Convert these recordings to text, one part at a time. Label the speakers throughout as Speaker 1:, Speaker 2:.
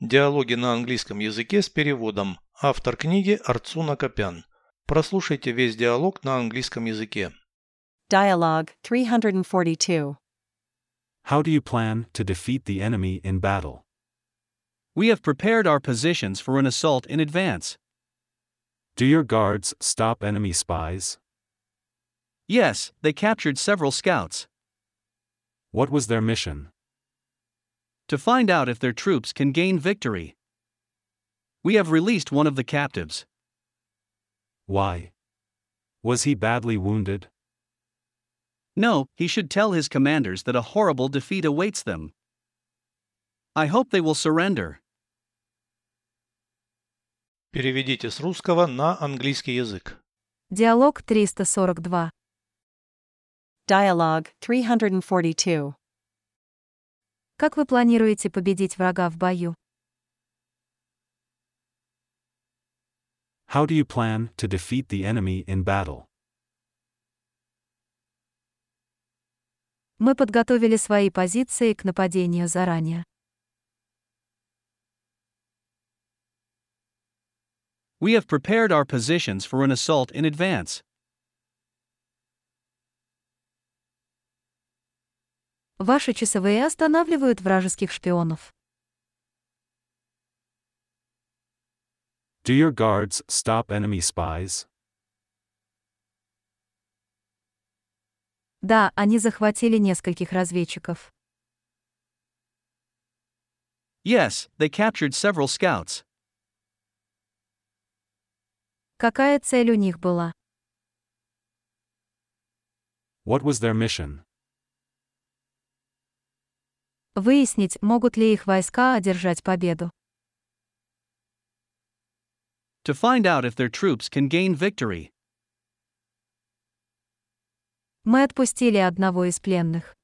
Speaker 1: Диалоги на английском языке с переводом. Автор книги Арцуна Копян. Прослушайте весь диалог на английском языке.
Speaker 2: Dialogue 342.
Speaker 3: How do you plan to defeat the enemy in battle?
Speaker 4: We have prepared our positions for an assault in advance.
Speaker 3: Do your guards stop enemy spies?
Speaker 4: Yes, they captured several scouts.
Speaker 3: What was their mission?
Speaker 4: To find out if their troops can gain victory. We have released one of the captives.
Speaker 3: Why? Was he badly wounded?
Speaker 4: No, he should tell his commanders that a horrible defeat awaits them. I hope they will surrender.
Speaker 1: Переведите с русского на английский язык.
Speaker 5: Диалог 342.
Speaker 2: Dialogue 342.
Speaker 5: Как вы планируете победить врага в бою?
Speaker 3: How do you plan to defeat the enemy in battle?
Speaker 5: Мы подготовили свои позиции к нападению заранее.
Speaker 4: We have prepared our positions for an assault in advance.
Speaker 5: Ваши часовые останавливают вражеских шпионов.
Speaker 3: Do your guards stop enemy spies?
Speaker 5: Да, они захватили нескольких разведчиков.
Speaker 4: Yes, they captured several scouts.
Speaker 5: Какая цель у них была?
Speaker 3: What was their mission?
Speaker 5: Выяснить, могут ли их войска одержать победу.
Speaker 4: To find out if their troops can gain victory.
Speaker 5: Мы отпустили одного из пленных.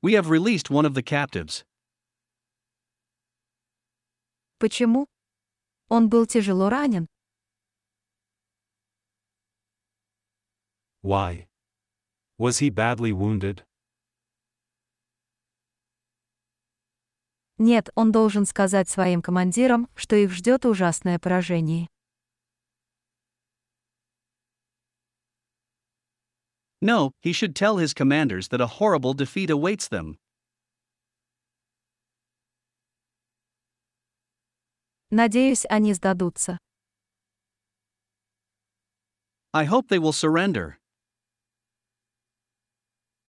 Speaker 4: We have released one of the captives.
Speaker 5: Почему? Он был тяжело ранен.
Speaker 3: Why? Was he badly wounded?
Speaker 5: Нет, он должен сказать своим командирам, что их ждет ужасное поражение.
Speaker 4: No, he should tell his commanders that a horrible defeat awaits them.
Speaker 5: Надеюсь, они сдадутся.
Speaker 4: I hope they will surrender.